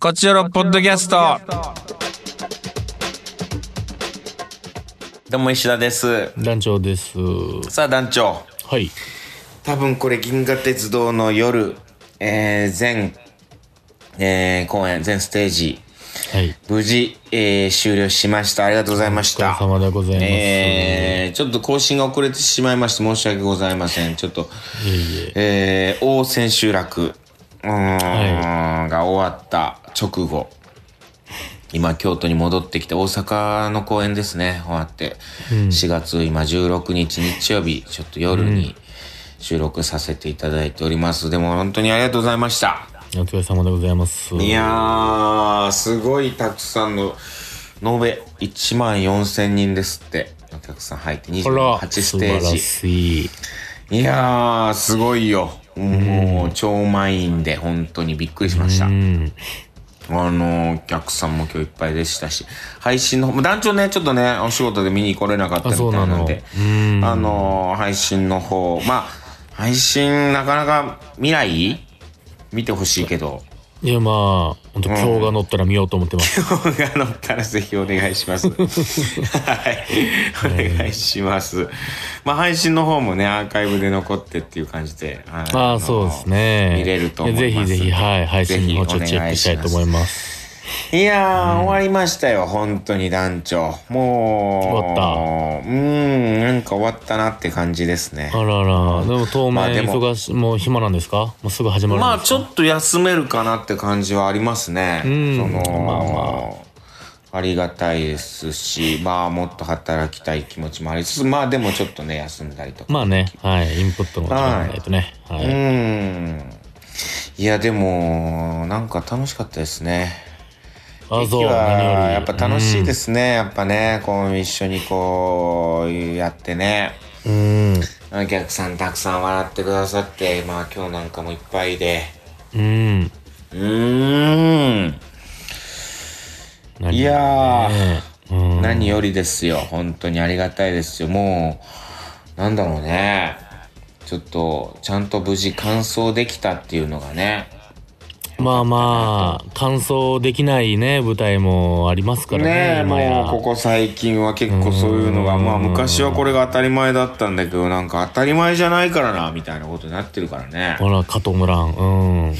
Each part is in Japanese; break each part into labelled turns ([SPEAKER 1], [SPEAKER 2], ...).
[SPEAKER 1] こちらのポッドキャスト。
[SPEAKER 2] どうも石田です。
[SPEAKER 3] 団長です。は
[SPEAKER 2] さあ団長、
[SPEAKER 3] い。
[SPEAKER 2] 多分これ銀河鉄道の夜、えー、全、えー、公演、全ステージ、
[SPEAKER 3] はい。
[SPEAKER 2] 無事、えー、終了しました。ありがとうございまし
[SPEAKER 3] お疲れ
[SPEAKER 2] た。
[SPEAKER 3] 様でございます。
[SPEAKER 2] えー、ちょっと更新が遅れてしまいまして申し訳ございません。ちょっと、えー、大千秋楽、うーん、が終わった直後、今京都に戻ってきて大阪の公演ですね、終わって。4月今16日日曜日、ちょっと夜に収録させていただいております。でも本当にありがとうございました。
[SPEAKER 3] お疲れ様でございます。
[SPEAKER 2] いやー、すごいたくさんの、延べ1万4000人ですって、お客さん入って
[SPEAKER 3] あら、
[SPEAKER 2] 28ス
[SPEAKER 3] 素
[SPEAKER 2] テ
[SPEAKER 3] 晴ら
[SPEAKER 2] ー
[SPEAKER 3] しい。
[SPEAKER 2] ジ。いやー、すごいよ。もう、超満員で、本当にびっくりしました。あ
[SPEAKER 3] うん。
[SPEAKER 2] のー、お客さんも今日いっぱいでしたし、配信の方も、団長ね、ちょっとね、お仕事で見に来れなかったみ
[SPEAKER 3] あ、
[SPEAKER 2] たい
[SPEAKER 3] そ
[SPEAKER 2] う
[SPEAKER 3] な
[SPEAKER 2] な
[SPEAKER 3] の。
[SPEAKER 2] ん
[SPEAKER 3] う
[SPEAKER 2] で、
[SPEAKER 3] ん。
[SPEAKER 2] あのー配信の方、まあ、配信なかなか未来見てほしいけど、
[SPEAKER 3] いや、まあ、本当今日が乗ったら見ようと思ってます。
[SPEAKER 2] が乗ったらぜひお願いします。はい。お願いします。まあ、配信の方もね、アーカイブで残ってっていう感じで。あ
[SPEAKER 3] ああ、そうですね。
[SPEAKER 2] 見れると思います。
[SPEAKER 3] ぜひぜひ、はい。配信の方ちょっとチェックしたいと思い
[SPEAKER 2] ま
[SPEAKER 3] ます。
[SPEAKER 2] す。いやー、終わりましたよ、本当に団長。もう。
[SPEAKER 3] 終わ
[SPEAKER 2] った。うーん、なんか終わったなって感じですね。
[SPEAKER 3] あらら、でも当面
[SPEAKER 2] まあでも
[SPEAKER 3] 忙し、もう暇なんですかもうすぐ始まるんですか
[SPEAKER 2] まあちょっと休めるかなって感じはありますね。
[SPEAKER 3] ん
[SPEAKER 2] その、あ、りがたいですし、まあもっと働きたい気持ちもありつつ、まあでもちょっとね、休んだりとか。
[SPEAKER 3] まあね、はい。インプットも時間がないとね。は
[SPEAKER 2] う
[SPEAKER 3] い。
[SPEAKER 2] ん。いやでも、なんか楽しかったですね。
[SPEAKER 3] あ、そう。
[SPEAKER 2] 駅は
[SPEAKER 3] 何より。
[SPEAKER 2] やっぱ楽しいですね。やっぱね、こう一緒にこう、やってね。
[SPEAKER 3] うん。
[SPEAKER 2] お客さんたくさん笑ってくださって、まあ今日なんかもいっぱいで。
[SPEAKER 3] うん。
[SPEAKER 2] うーん。いやー、
[SPEAKER 3] うん。
[SPEAKER 2] 何よりですよ本当にありがたいですよもうなんだろうねちょっとちゃんと無事完走できたっていうのがね
[SPEAKER 3] まあまあ、完走できないね、舞台もありますからね。
[SPEAKER 2] ねえ
[SPEAKER 3] 今や
[SPEAKER 2] もうここ最近は結構そういうのがまあ昔はこれが当たり前だったんだけどなんか当たり前じゃないからなみたいなことになってるからね
[SPEAKER 3] ほら、加藤村ン。うん。
[SPEAKER 2] う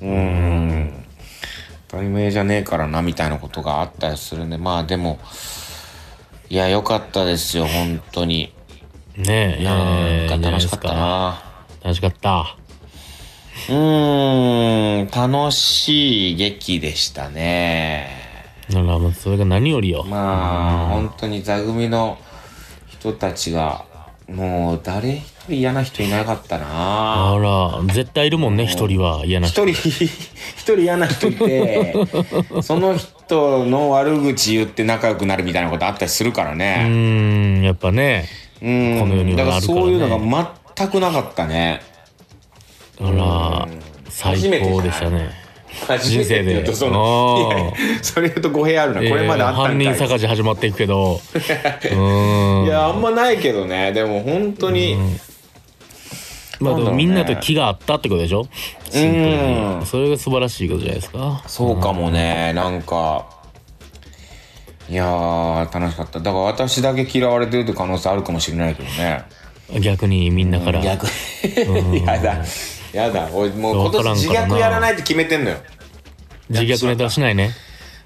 [SPEAKER 2] ーん当たり前じゃねえからなみたいなことがあったりするんでまあでもいや良かったですよ本当に
[SPEAKER 3] ねえ、い
[SPEAKER 2] な
[SPEAKER 3] や
[SPEAKER 2] んか楽しかった。な。
[SPEAKER 3] 楽しかった。
[SPEAKER 2] うーん、楽しい劇でしたね。
[SPEAKER 3] なら、もうそれが何よりよ。
[SPEAKER 2] まあ、本当に座組の人たちが、もう誰一人嫌な人いなかったな。
[SPEAKER 3] あら、絶対いるもんね、一人は嫌な人。
[SPEAKER 2] 一人、 一人嫌な人いて、その人の悪口言って仲良くなるみたいなことあったりするから
[SPEAKER 3] う
[SPEAKER 2] ね。
[SPEAKER 3] ーん、やっぱね。
[SPEAKER 2] うん。
[SPEAKER 3] この世には
[SPEAKER 2] だから
[SPEAKER 3] あるからね
[SPEAKER 2] そういうのが全くなかったね。
[SPEAKER 3] あら、最高でしたね。
[SPEAKER 2] 初めてって言うとそ
[SPEAKER 3] 人
[SPEAKER 2] の、
[SPEAKER 3] 生で
[SPEAKER 2] いやいやそれ言うと語弊あるな。これまであったん
[SPEAKER 3] い
[SPEAKER 2] かい
[SPEAKER 3] や犯人探し始まっていくけど。うーん
[SPEAKER 2] い。やあんまないけどねでも本当に
[SPEAKER 3] ま
[SPEAKER 2] なんだろ
[SPEAKER 3] あで
[SPEAKER 2] う
[SPEAKER 3] も
[SPEAKER 2] ね
[SPEAKER 3] みんなと気があったってことでしょシンプルに
[SPEAKER 2] うん
[SPEAKER 3] それが素晴らしいことじゃないですか。
[SPEAKER 2] そうかもねなんかいやー楽しかっただから私だけ嫌われてるって可能性あるかもしれないけどね
[SPEAKER 3] 逆にみんなから。
[SPEAKER 2] 逆 やだやだ俺もう今
[SPEAKER 3] わか
[SPEAKER 2] 年
[SPEAKER 3] らん
[SPEAKER 2] 自
[SPEAKER 3] からな
[SPEAKER 2] 虐やらないって決めてんのよ
[SPEAKER 3] 自虐ネタしないね。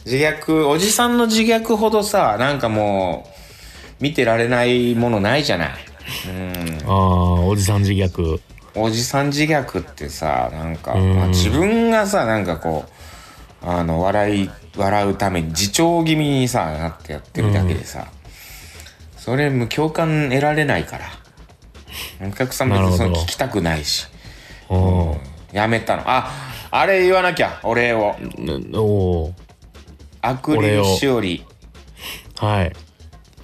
[SPEAKER 2] 自虐おじさんの自虐ほどさなんかもう見てられないものないじゃないうん
[SPEAKER 3] ああ、おじさん自虐。
[SPEAKER 2] おじさん自虐ってさなんか、まあ自分がさなんかこうあの笑い笑うために自重気味にさなってやってるだけでさ、それも共感得られないからお客さん別にそ
[SPEAKER 3] なる
[SPEAKER 2] の
[SPEAKER 3] ほど
[SPEAKER 2] 聞きたくないし
[SPEAKER 3] お
[SPEAKER 2] やめたのああれ言わなきゃお礼を
[SPEAKER 3] おー
[SPEAKER 2] アクリルしおり、
[SPEAKER 3] はい。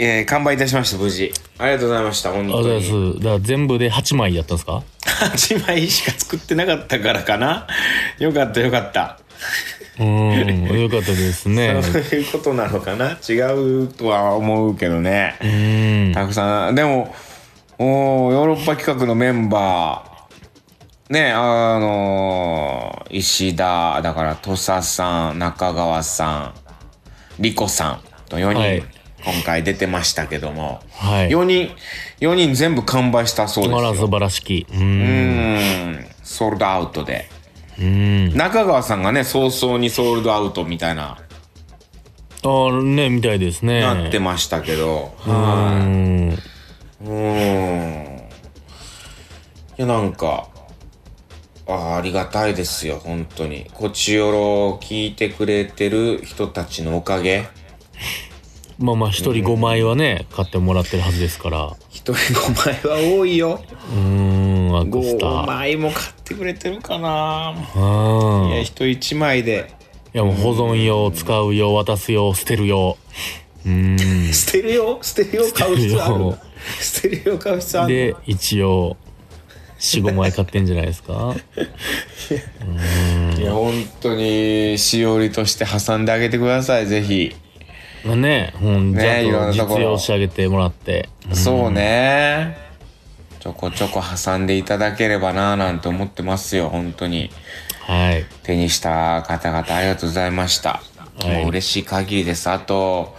[SPEAKER 2] えー完売いたしました無事ありがとうございました本
[SPEAKER 3] ありがとうござ
[SPEAKER 2] 当
[SPEAKER 3] い
[SPEAKER 2] に
[SPEAKER 3] ます。だから全部で8枚やったんですか
[SPEAKER 2] 8枚しか作ってなかったからかなよかったよかった
[SPEAKER 3] うーん、よかったですね。
[SPEAKER 2] そういうことなのかな違うとは思うけどね。
[SPEAKER 3] うーん。
[SPEAKER 2] たくさん、でも、おーヨーロッパ企画のメンバー、ね、あのー石田、だから、土佐さん、中川さん、リコさんと4人、
[SPEAKER 3] はい
[SPEAKER 2] 今回出てましたけども、
[SPEAKER 3] はい。
[SPEAKER 2] 4人、4人全部完売したそうです
[SPEAKER 3] あら、
[SPEAKER 2] よ。
[SPEAKER 3] 素晴らしき。う。
[SPEAKER 2] うんん、ソールドアウトで。
[SPEAKER 3] うん。
[SPEAKER 2] 中川さんがね、早々にソールドアウトみたいな、
[SPEAKER 3] あね、みたいですね。
[SPEAKER 2] なってましたけど、
[SPEAKER 3] う
[SPEAKER 2] は
[SPEAKER 3] ん。
[SPEAKER 2] い。うん。いや、なんか、あーありがたいですよ、本当に。こちよろを聞いてくれてる人たちのおかげ。
[SPEAKER 3] まあまあ、一人5枚はね、買ってもらってるはずですから。
[SPEAKER 2] 一人5枚は多いよ。
[SPEAKER 3] うーん、アクスタ
[SPEAKER 2] 5
[SPEAKER 3] ー。
[SPEAKER 2] 枚も買ってくれてるかな。
[SPEAKER 3] うん。
[SPEAKER 2] いや、
[SPEAKER 3] い
[SPEAKER 2] 人1枚で。
[SPEAKER 3] や、もう保存用、使う用、渡す用、捨てる用。うーん。
[SPEAKER 2] 捨てるよ捨てるよ買う必要ある捨てるよ買う必要ある
[SPEAKER 3] で、一応、4、5枚買ってんじゃないですか。
[SPEAKER 2] いや、本当に、しおりとして挟んであげてください、ぜひ。
[SPEAKER 3] まあね、ほん
[SPEAKER 2] ねい
[SPEAKER 3] ち
[SPEAKER 2] ろん
[SPEAKER 3] ゃ
[SPEAKER 2] なんと
[SPEAKER 3] と
[SPEAKER 2] ころ
[SPEAKER 3] 実用してあげてもらって。
[SPEAKER 2] そうね。ちょこちょこ挟んでいただければなぁなんて思ってますよ、本当に。
[SPEAKER 3] はい。
[SPEAKER 2] 手にした方々ありがとうございました。
[SPEAKER 3] い
[SPEAKER 2] もう嬉しい限りです。あと、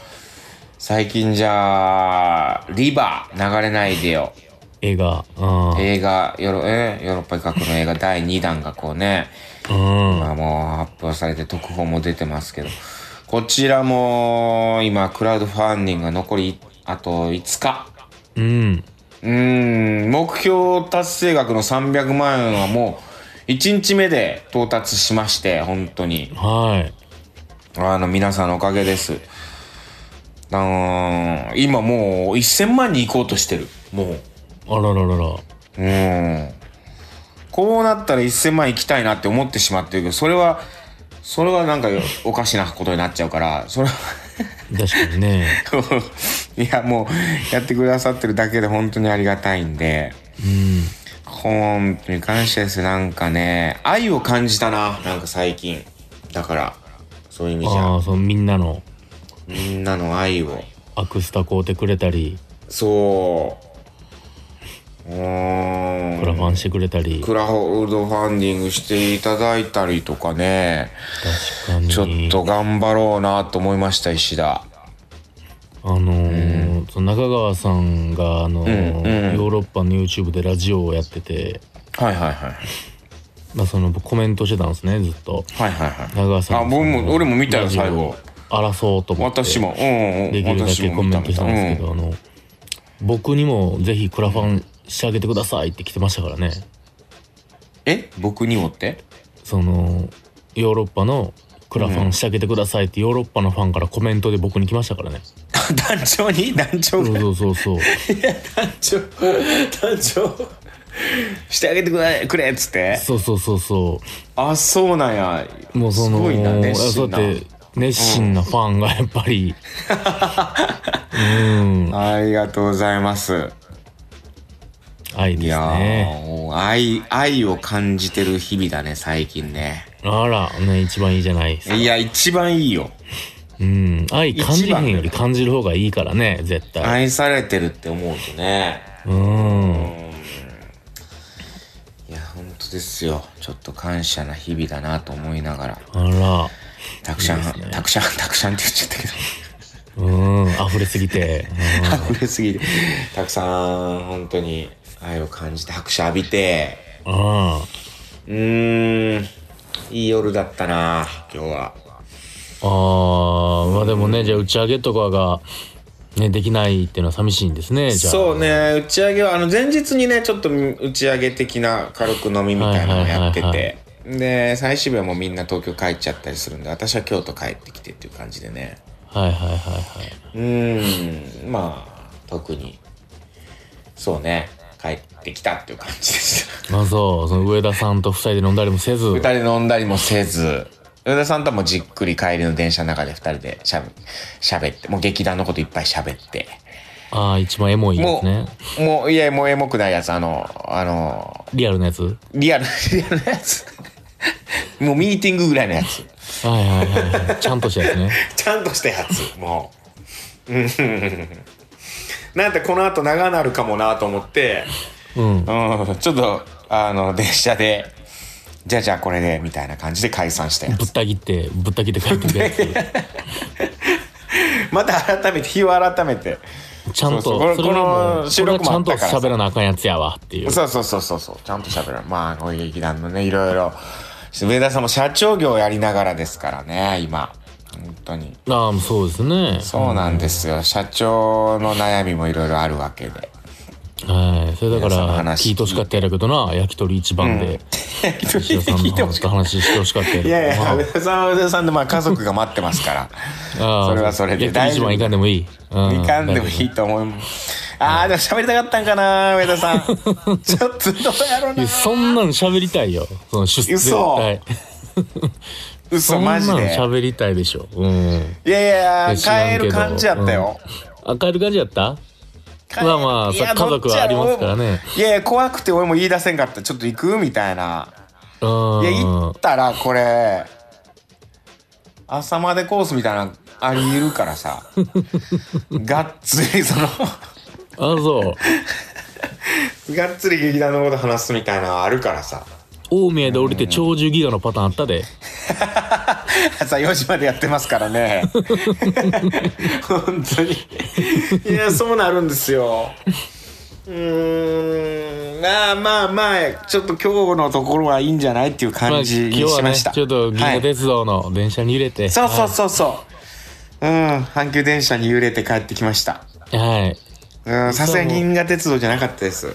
[SPEAKER 2] 最近じゃあ、リバー流れないでよ。
[SPEAKER 3] 映画。うん。
[SPEAKER 2] 映画、ヨーロ,、えーヨーロッパ企画の映画第2弾がこうね、
[SPEAKER 3] うん。
[SPEAKER 2] まあもう発表されて特報も出てますけど、こちらも今、クラウドファンディングが残りあと5日。
[SPEAKER 3] うん。
[SPEAKER 2] うーん、目標達成額の300万円はもう1日目で到達しまして、本当に。
[SPEAKER 3] はい。
[SPEAKER 2] あの、皆さんのおかげです。あのー今もう1000万に行こうとしてる。もう。
[SPEAKER 3] あらららら。
[SPEAKER 2] うん。こうなったら1000万行きたいなって思ってしまってるけど、それは、それはなんかおかしなことになっちゃうから、それは、
[SPEAKER 3] 確かにね。
[SPEAKER 2] いやもう、やってくださってるだけで本当にありがたいんで、
[SPEAKER 3] うん。
[SPEAKER 2] 本当に感謝です。なんかね、愛を感じたな、なんか最近。だから、そういう意味じ
[SPEAKER 3] あ
[SPEAKER 2] ゃ、
[SPEAKER 3] あ、そのみんなの
[SPEAKER 2] みんなの愛を。
[SPEAKER 3] アクスタ買うてくれたり、
[SPEAKER 2] そう。うーん。
[SPEAKER 3] クラファンしてくれたり。
[SPEAKER 2] クラウドファンディングしていただいたりとかね、
[SPEAKER 3] 確かに。
[SPEAKER 2] ちょっ。と頑張ろうなと思いました、石田。
[SPEAKER 3] あのーその中川さんが、あのー
[SPEAKER 2] うんうん
[SPEAKER 3] ヨーロッパの YouTube でラジオをやってて、
[SPEAKER 2] はいはいはい。
[SPEAKER 3] まあ、そのコメントしてたんですね、ずっと。
[SPEAKER 2] はいはいはい。
[SPEAKER 3] 中川さん
[SPEAKER 2] あ、
[SPEAKER 3] の
[SPEAKER 2] 僕も、俺も見たよ、最後。。
[SPEAKER 3] 争おうと思って。
[SPEAKER 2] 私も、うん、
[SPEAKER 3] で
[SPEAKER 2] う
[SPEAKER 3] き
[SPEAKER 2] ん、
[SPEAKER 3] るだ
[SPEAKER 2] 私
[SPEAKER 3] け
[SPEAKER 2] も
[SPEAKER 3] コ
[SPEAKER 2] 見
[SPEAKER 3] メ
[SPEAKER 2] た
[SPEAKER 3] ントしたんですけど、あの、僕にもぜひクラファンしてあげてくださいって来てましたからね。
[SPEAKER 2] え僕にもって
[SPEAKER 3] その、ヨーロッパのクラファンしてあげてくださいって、ヨーロッパのファンからコメントで僕に来ましたからね。
[SPEAKER 2] あ団長に団長
[SPEAKER 3] そう
[SPEAKER 2] が、
[SPEAKER 3] そうそうそう。
[SPEAKER 2] 団長、団長、してあげてくれ、くれっつって。
[SPEAKER 3] そうそうそうそ
[SPEAKER 2] あ、そうなんや。
[SPEAKER 3] う。もうその、
[SPEAKER 2] すごいな、熱
[SPEAKER 3] そう
[SPEAKER 2] 心
[SPEAKER 3] や
[SPEAKER 2] な。
[SPEAKER 3] って熱心なファンがやっぱり、うん、
[SPEAKER 2] ありがとうございます。
[SPEAKER 3] 愛で
[SPEAKER 2] い
[SPEAKER 3] す
[SPEAKER 2] や
[SPEAKER 3] ね。
[SPEAKER 2] ー、もう愛、愛を感じてる日々だね、最近ね。
[SPEAKER 3] あら、ね、一番いいじゃないですか。
[SPEAKER 2] いや、一番いいよ。
[SPEAKER 3] うん。愛感じへんより感じる方がいいからね、絶対。
[SPEAKER 2] 愛されてるって思うとね。
[SPEAKER 3] うん。
[SPEAKER 2] いや、本当ですよ。ちょっと感謝な日々だなと思いながら。
[SPEAKER 3] あ
[SPEAKER 2] たくしゃん、たくしゃん、たくしゃんって言っちゃったけど。
[SPEAKER 3] ら、うん、溢れすぎて。
[SPEAKER 2] 溢れすぎて。たくさん、本当に愛を感じて、拍手浴びて。
[SPEAKER 3] うん、うん
[SPEAKER 2] うーん、いい夜だったな、今日は。
[SPEAKER 3] ああ、まあでもね、じゃあ打ち上げとかが、ね、できないっていうのは寂しいんですね、じゃあ。
[SPEAKER 2] そうね、打ち上げは、あの、前日にね、ちょっと打ち上げ的な軽く飲みみたいなのをやって
[SPEAKER 3] はいはい
[SPEAKER 2] て。で、最終日はもうみんな東京帰っちゃったりするんで、私は京都帰ってきてっていう感じでね。
[SPEAKER 3] はいはいはいはい。
[SPEAKER 2] うーん、まあ、特に、そうね、帰ってきたっていう感じでした。
[SPEAKER 3] まあそう、その上田さんと二人で飲んだり もせず、
[SPEAKER 2] 二人飲んだりもせず、上田さんとはもうじっくり帰りの電車の中で二人でしゃべしゃべって、もう劇団のこといっぱいしゃべって。
[SPEAKER 3] ああ、一番エモいで
[SPEAKER 2] も
[SPEAKER 3] すね。
[SPEAKER 2] う、もう、いや、もうエモくないやつ、あの、あの、
[SPEAKER 3] リアルなやつはい
[SPEAKER 2] リアル、 リアルなやつ。もうミーティングぐらいのやつ。
[SPEAKER 3] はいは いはい。ちゃんとしたやつね。
[SPEAKER 2] ちゃんとしたやつ、もう。うんなんてこの後長なるかもなと思って、
[SPEAKER 3] うん。
[SPEAKER 2] うん、ちょっとあの、電車で、じゃあじゃあこれで、みたいな感じで解散したや
[SPEAKER 3] ぶ
[SPEAKER 2] つ。
[SPEAKER 3] った切って、ぶった切って帰ってくる やつ。
[SPEAKER 2] また改めて、日を改めて。
[SPEAKER 3] ちゃんと、
[SPEAKER 2] そうそうこれ
[SPEAKER 3] それは
[SPEAKER 2] こ
[SPEAKER 3] も
[SPEAKER 2] の
[SPEAKER 3] う、
[SPEAKER 2] 収
[SPEAKER 3] それは
[SPEAKER 2] 録
[SPEAKER 3] ち
[SPEAKER 2] も
[SPEAKER 3] ゃ
[SPEAKER 2] あ
[SPEAKER 3] ん
[SPEAKER 2] っ
[SPEAKER 3] と
[SPEAKER 2] たからさ
[SPEAKER 3] 喋らなあかんやつやわっていう。
[SPEAKER 2] そうそうそうそうそう、ちゃんと喋る。まあ、こういう劇団のね、いろいろ。上田さんも社長業をやりながらですからね、今。本当に。
[SPEAKER 3] ああ、そうですね。
[SPEAKER 2] そうなんですよ。社長の悩みもいろいろあるわけ で。
[SPEAKER 3] はい。それだか
[SPEAKER 2] 皆さんの
[SPEAKER 3] ら、
[SPEAKER 2] 話
[SPEAKER 3] 聞いてほしかったやろうけどな、焼き鳥一番で。石田さんの話と話してほしかったやろ
[SPEAKER 2] いやいや、
[SPEAKER 3] ま
[SPEAKER 2] 上田さんは上田さんで、まあ家族が待ってますから。
[SPEAKER 3] ああ
[SPEAKER 2] それはそれで
[SPEAKER 3] 焼き鳥一番いかんでもいい。う
[SPEAKER 2] いかんでもいいと思う。ああ、でも喋りたかったんかな、上田 さん。ちょっとどうやろう
[SPEAKER 3] い
[SPEAKER 2] な
[SPEAKER 3] や。そんなん喋りたいよ。その出世
[SPEAKER 2] 嘘嘘、
[SPEAKER 3] そんな
[SPEAKER 2] マ
[SPEAKER 3] ん
[SPEAKER 2] ジで。
[SPEAKER 3] 喋りたいでしょ。うん。
[SPEAKER 2] いやいや、
[SPEAKER 3] 知ら
[SPEAKER 2] 変
[SPEAKER 3] ん
[SPEAKER 2] え
[SPEAKER 3] けど
[SPEAKER 2] る感じやったよ。
[SPEAKER 3] あ明るい感じやった
[SPEAKER 2] 帰る
[SPEAKER 3] まあまあ
[SPEAKER 2] いや
[SPEAKER 3] さ家族はありますからね
[SPEAKER 2] どっちやろいやいや怖くて俺も言い出せんかったちょっと行くみたいな
[SPEAKER 3] う
[SPEAKER 2] いや行
[SPEAKER 3] ん
[SPEAKER 2] っ。たらこれ朝までコースみたいなのありいるからさ がっつりその
[SPEAKER 3] あ、そう。
[SPEAKER 2] がっつり劇団のこと話すみたいなのあるからさ
[SPEAKER 3] 大宮で降りて長寿ギガのパターンあったで。
[SPEAKER 2] 朝4時までやってますからね 本当にいやそうなるんですようーんまあまあまあちょっと今日のところはいいんじゃないっていう
[SPEAKER 3] まあ
[SPEAKER 2] 感じ
[SPEAKER 3] 今日
[SPEAKER 2] に
[SPEAKER 3] は
[SPEAKER 2] しま
[SPEAKER 3] ね、
[SPEAKER 2] した、
[SPEAKER 3] ちょっと銀
[SPEAKER 2] は
[SPEAKER 3] 河
[SPEAKER 2] い
[SPEAKER 3] 鉄道の電車に入れて。
[SPEAKER 2] そうそうそうそう。うん、阪急電車に揺れて帰ってきました。
[SPEAKER 3] はい。
[SPEAKER 2] うん、さすがに銀河鉄道じゃなかったです。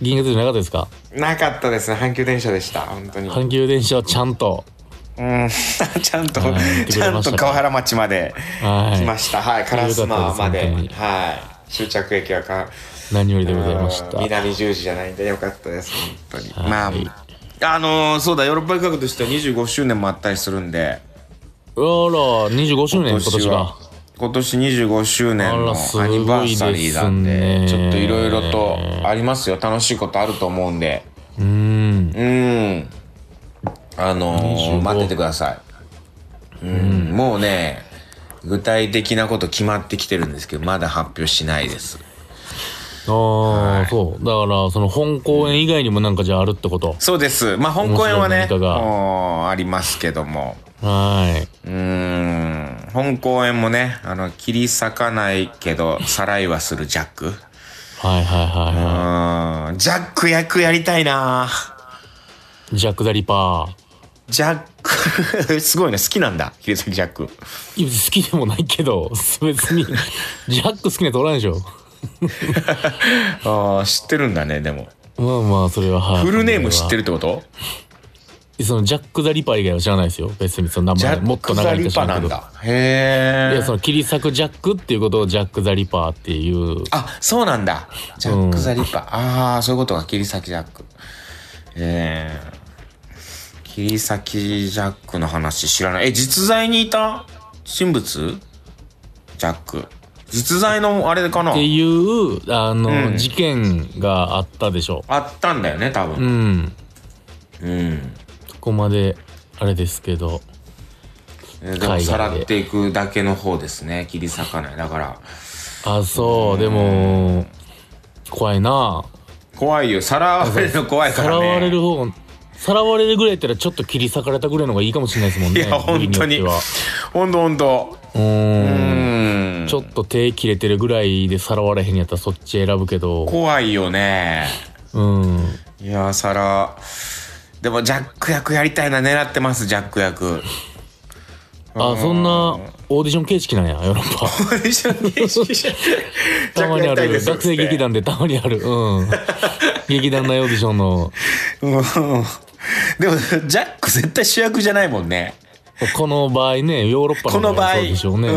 [SPEAKER 3] 銀河鉄道なかったですか
[SPEAKER 2] なかったですね、阪急電車でした、本当に。うん、
[SPEAKER 3] 阪急電車はちゃんと。
[SPEAKER 2] ちゃん と、
[SPEAKER 3] はい
[SPEAKER 2] ちゃんと川原町まで
[SPEAKER 3] はい
[SPEAKER 2] 来ました。はい、烏丸まで
[SPEAKER 3] よかったです本当に
[SPEAKER 2] はい、終着駅はか、
[SPEAKER 3] 何よりでございました
[SPEAKER 2] うん。南十字じゃないんでよかったです、本当に。まあ
[SPEAKER 3] はい、
[SPEAKER 2] あのーそうだ、ヨーロッパ企画としては25周年もあったりするんで、
[SPEAKER 3] あら、25周年、
[SPEAKER 2] 今
[SPEAKER 3] 今年
[SPEAKER 2] 年は
[SPEAKER 3] が。
[SPEAKER 2] 今年25周年
[SPEAKER 3] あ
[SPEAKER 2] の
[SPEAKER 3] らすご
[SPEAKER 2] ア
[SPEAKER 3] い
[SPEAKER 2] ニバーサリーなんで
[SPEAKER 3] です
[SPEAKER 2] ち
[SPEAKER 3] ね
[SPEAKER 2] ょっといろいろとありますよ楽しいことあると思うんで
[SPEAKER 3] うーん。
[SPEAKER 2] うんあのー
[SPEAKER 3] 25
[SPEAKER 2] 待っててください、うん、もうね具体的なこと決まってきてるんですけどまだ発表しないです
[SPEAKER 3] ああ、そう。だから、その本公演以外にもなんかじゃああるってこと。
[SPEAKER 2] そうですまあ本公演はね
[SPEAKER 3] 面白い何かが
[SPEAKER 2] もうありますけども
[SPEAKER 3] は
[SPEAKER 2] うん本公演もねあの切り裂かないけどさらいはするジャック
[SPEAKER 3] い。はいはいはいは。
[SPEAKER 2] うんジャック役やりたいない
[SPEAKER 3] ジャック・ザ・リパー。
[SPEAKER 2] ジャック すごいね好きなんだヒレジャック
[SPEAKER 3] いや好きでもないけど、別に、ジャック好きなやつおらんでしょ。
[SPEAKER 2] ああ知ってるんだねでも
[SPEAKER 3] まあまあ、それは、はい。
[SPEAKER 2] フルネーム知って
[SPEAKER 3] る
[SPEAKER 2] るってこと
[SPEAKER 3] その、ジャック・ザ・リパー以外は知らないですよ。別に、その
[SPEAKER 2] ジ
[SPEAKER 3] 名
[SPEAKER 2] ャ
[SPEAKER 3] 前、も
[SPEAKER 2] ッ
[SPEAKER 3] っと
[SPEAKER 2] ク・
[SPEAKER 3] 長
[SPEAKER 2] ザ・
[SPEAKER 3] いか
[SPEAKER 2] リ
[SPEAKER 3] 知
[SPEAKER 2] パ
[SPEAKER 3] らん
[SPEAKER 2] な
[SPEAKER 3] け
[SPEAKER 2] ん
[SPEAKER 3] ど。
[SPEAKER 2] だ
[SPEAKER 3] い
[SPEAKER 2] へ
[SPEAKER 3] や、そ
[SPEAKER 2] え
[SPEAKER 3] の、切り裂くジャックっていうことをジャック・ザ・リパーっていう。
[SPEAKER 2] あそうなんだジャック・ザ・リパ、ああそういうことか切り裂きジャックええ切り裂きジャックの話知らないえ実在にいた人物ジャック実在のあれかな
[SPEAKER 3] っていう、あの、
[SPEAKER 2] うん
[SPEAKER 3] 事件があったでしょ
[SPEAKER 2] あったんだよね多
[SPEAKER 3] う。う
[SPEAKER 2] 分
[SPEAKER 3] ん。
[SPEAKER 2] うん
[SPEAKER 3] そこまで、あれですけど。
[SPEAKER 2] えーでも
[SPEAKER 3] 海外で
[SPEAKER 2] さらっていくだけの方ですね切り裂かないだから
[SPEAKER 3] あ、そう、でも、怖いな。
[SPEAKER 2] 怖いよさらわれるの怖いか
[SPEAKER 3] さ
[SPEAKER 2] らね
[SPEAKER 3] らわれる方が、さらわれるぐらいやったらちょっと切り裂かれたぐらいの方がいいかもしれないですもん
[SPEAKER 2] い
[SPEAKER 3] ね。
[SPEAKER 2] や本当に
[SPEAKER 3] 部位よ
[SPEAKER 2] 本当本当
[SPEAKER 3] ってはうーん。
[SPEAKER 2] うん
[SPEAKER 3] ちょっと手切れてるぐらいでさらわれへんやったらそっち選ぶけど、
[SPEAKER 2] 怖いよね
[SPEAKER 3] うん。
[SPEAKER 2] いやさらでもジャック役やりたいな狙ってますジャック役
[SPEAKER 3] あ、そんなオーディション形式なんや、ヨーロッパ。
[SPEAKER 2] オーディション形式じゃん ジャ
[SPEAKER 3] た
[SPEAKER 2] ッ
[SPEAKER 3] ま
[SPEAKER 2] ク
[SPEAKER 3] に
[SPEAKER 2] や
[SPEAKER 3] あ
[SPEAKER 2] りたいで
[SPEAKER 3] る。
[SPEAKER 2] す
[SPEAKER 3] 学生劇団でたまにある。うん。劇団内オーディションの、
[SPEAKER 2] うんでもジャック絶対主役じゃないもんね
[SPEAKER 3] この場合ね、ヨーロッパ
[SPEAKER 2] この場合
[SPEAKER 3] そうでしょうね。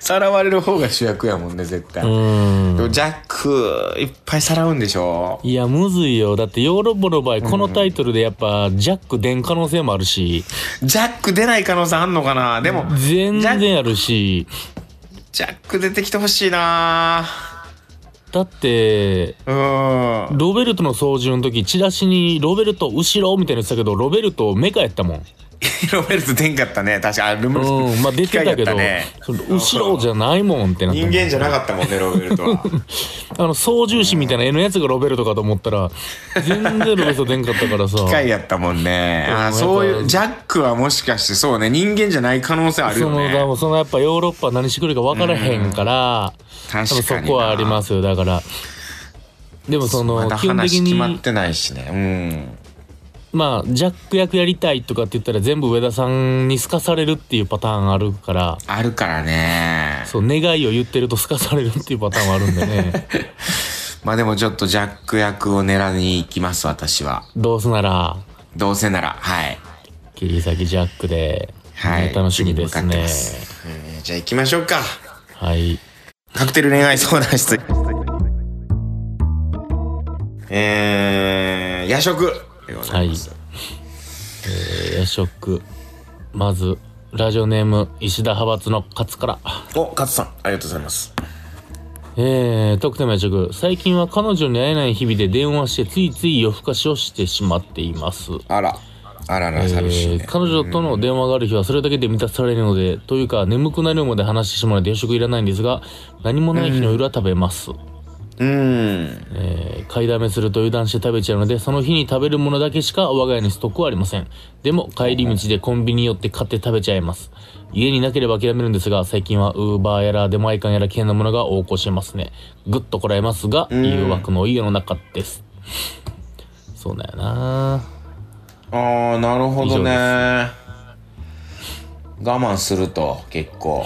[SPEAKER 2] さらわれる方が主役やもんね絶対、
[SPEAKER 3] うん。
[SPEAKER 2] で
[SPEAKER 3] う
[SPEAKER 2] も
[SPEAKER 3] ん。
[SPEAKER 2] ジャックいっぱいさらうんでしょ
[SPEAKER 3] いや、むずいよ。だってヨーロッパの場合、このタイトルでやっぱ、ジャック出ん可能性もあるし、
[SPEAKER 2] ジャック出ない可能性あんのかなでも、
[SPEAKER 3] 全
[SPEAKER 2] ジャック
[SPEAKER 3] 然あるし、
[SPEAKER 2] ジャック出てきてほしいな
[SPEAKER 3] だって、
[SPEAKER 2] うん。
[SPEAKER 3] ロベルトの操縦の時、チラシにロベルト後ろみたいなの言ってたけど、ロベルトメカやったもん。
[SPEAKER 2] ロベルト出んかったね。確か、あロベルト、
[SPEAKER 3] うん、まあ出てたけ
[SPEAKER 2] 機械やっ
[SPEAKER 3] ど、
[SPEAKER 2] ね
[SPEAKER 3] その後ろじゃないもんってなって
[SPEAKER 2] 人間じゃなかったもんね、ロベルトは。
[SPEAKER 3] あの操縦士みたいな絵のやつがロベルトかと思ったら全然ロベルト出んかったからさ
[SPEAKER 2] 機械やったもんね。
[SPEAKER 3] うん
[SPEAKER 2] あーそう
[SPEAKER 3] やっ
[SPEAKER 2] いう、
[SPEAKER 3] ぱ
[SPEAKER 2] ジャックはもしかしてそうね、人間じゃない可能性ある
[SPEAKER 3] そ
[SPEAKER 2] よ
[SPEAKER 3] のだか
[SPEAKER 2] ね。
[SPEAKER 3] らそのやっぱヨーロッパ何してくるか分からへんから、
[SPEAKER 2] 確
[SPEAKER 3] 多分
[SPEAKER 2] か
[SPEAKER 3] そ
[SPEAKER 2] にな。
[SPEAKER 3] こはありますよだからでもその
[SPEAKER 2] まだ
[SPEAKER 3] 基本的
[SPEAKER 2] 話決まっ
[SPEAKER 3] に
[SPEAKER 2] てないしね。
[SPEAKER 3] まあジャック役やりたいとかって言ったら全部上田さんにすかされるっていうパターンあるから
[SPEAKER 2] うん。あるからね。
[SPEAKER 3] そう願いを言ってるとすかされるっていうパターンはあるんで ね
[SPEAKER 2] まあでもちょっとジャック役を狙いに行きます、私は。
[SPEAKER 3] どうせなら
[SPEAKER 2] どうせなら、はい。
[SPEAKER 3] 切り裂きジャックで、
[SPEAKER 2] はい。
[SPEAKER 3] ね楽しみです
[SPEAKER 2] 次に向かって
[SPEAKER 3] ね
[SPEAKER 2] ますえーじゃあ行きましょうか。
[SPEAKER 3] はい
[SPEAKER 2] カクテル恋愛相談室。えー、夜食でございます。
[SPEAKER 3] えー夜食まずラジオネーム石田派閥のカツから
[SPEAKER 2] お、カツさん、ありがとうございます。
[SPEAKER 3] えー、特典も夜食最近は彼女に会えない日々で電話してついつい夜更かしをしてしまっています
[SPEAKER 2] あら、あらら、寂しい
[SPEAKER 3] え
[SPEAKER 2] ね
[SPEAKER 3] ー。彼女との電話がある日はそれだけで満たされるので、というか眠くなるまで話してしまうので夜食いらないんですが何もない日の夜は食べます、
[SPEAKER 2] うん。
[SPEAKER 3] えー買いだめすると油断して食べちゃうのでその日に食べるものだけしか我が家にストックはありませんでも帰り道でコンビニ寄って買って食べちゃいます家になければ諦めるんですが最近はウーバーやら出前館やら危険なものが横行してますねぐっとこらえますが誘惑の多い世の中ですそうだよな
[SPEAKER 2] あー、なるほどね。
[SPEAKER 3] 以
[SPEAKER 2] 我慢すると、結構。